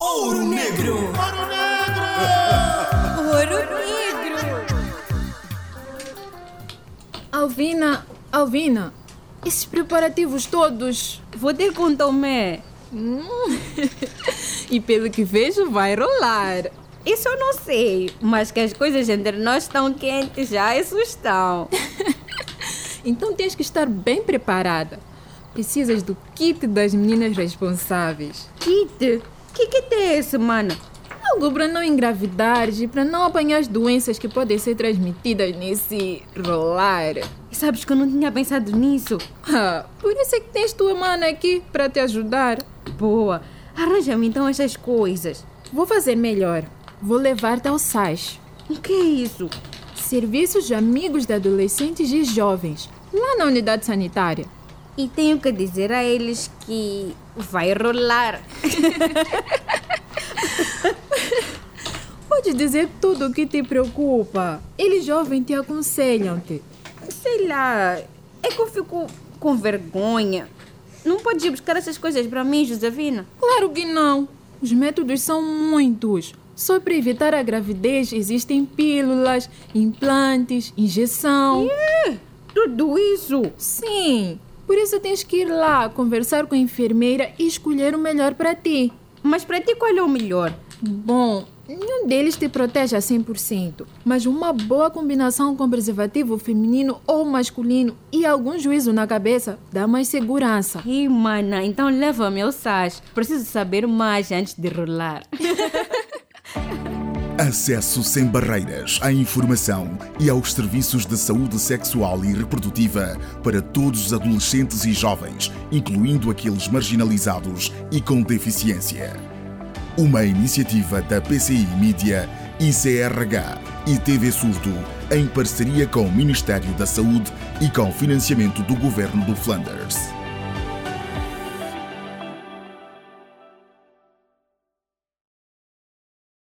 Ouro Negro. Ouro Ouro Negro. Alvina, Alvina, esses preparativos todos. Vou ter com Tomé. E pelo que vejo, vai rolar. Isso eu não sei, mas que as coisas entre nós estão quentes já, é isso estão. Então tens que estar bem preparada. Precisas do kit das meninas responsáveis. Kit, que que é esse, mano? Algo para não engravidares e para não apanhar as doenças que podem ser transmitidas nesse rolar. E sabes que eu não tinha pensado nisso. Ah, por isso é que tens tua mana aqui para te ajudar. Boa, arranja-me então essas coisas. Vou fazer melhor. Vou levar-te ao SAIS. O que é isso? Serviços de Amigos de Adolescentes e Jovens, lá na unidade sanitária. E tenho que dizer a eles que vai rolar. Podes dizer tudo o que te preocupa. Eles jovens te aconselham-te. Sei lá, é que eu fico com vergonha. Não podes ir buscar essas coisas para mim, Josefina? Claro que não. Os métodos são muitos. Só para evitar a gravidez existem pílulas, implantes, injeção. É, Tudo isso? Sim, por isso tens que ir lá conversar com a enfermeira e escolher o melhor para ti. Mas para ti qual é o melhor? Bom, nenhum deles te protege a 100%, mas uma boa combinação com preservativo feminino ou masculino e algum juízo na cabeça dá mais segurança. Ei, mana, então leva meu sas. Preciso saber mais antes de rolar. Acesso sem barreiras à informação e aos serviços de saúde sexual e reprodutiva para todos os adolescentes e jovens, incluindo aqueles marginalizados e com deficiência. Uma iniciativa da PCI Mídia, ICRH e TV Surdo, em parceria com o Ministério da Saúde e com financiamento do Governo do Flanders.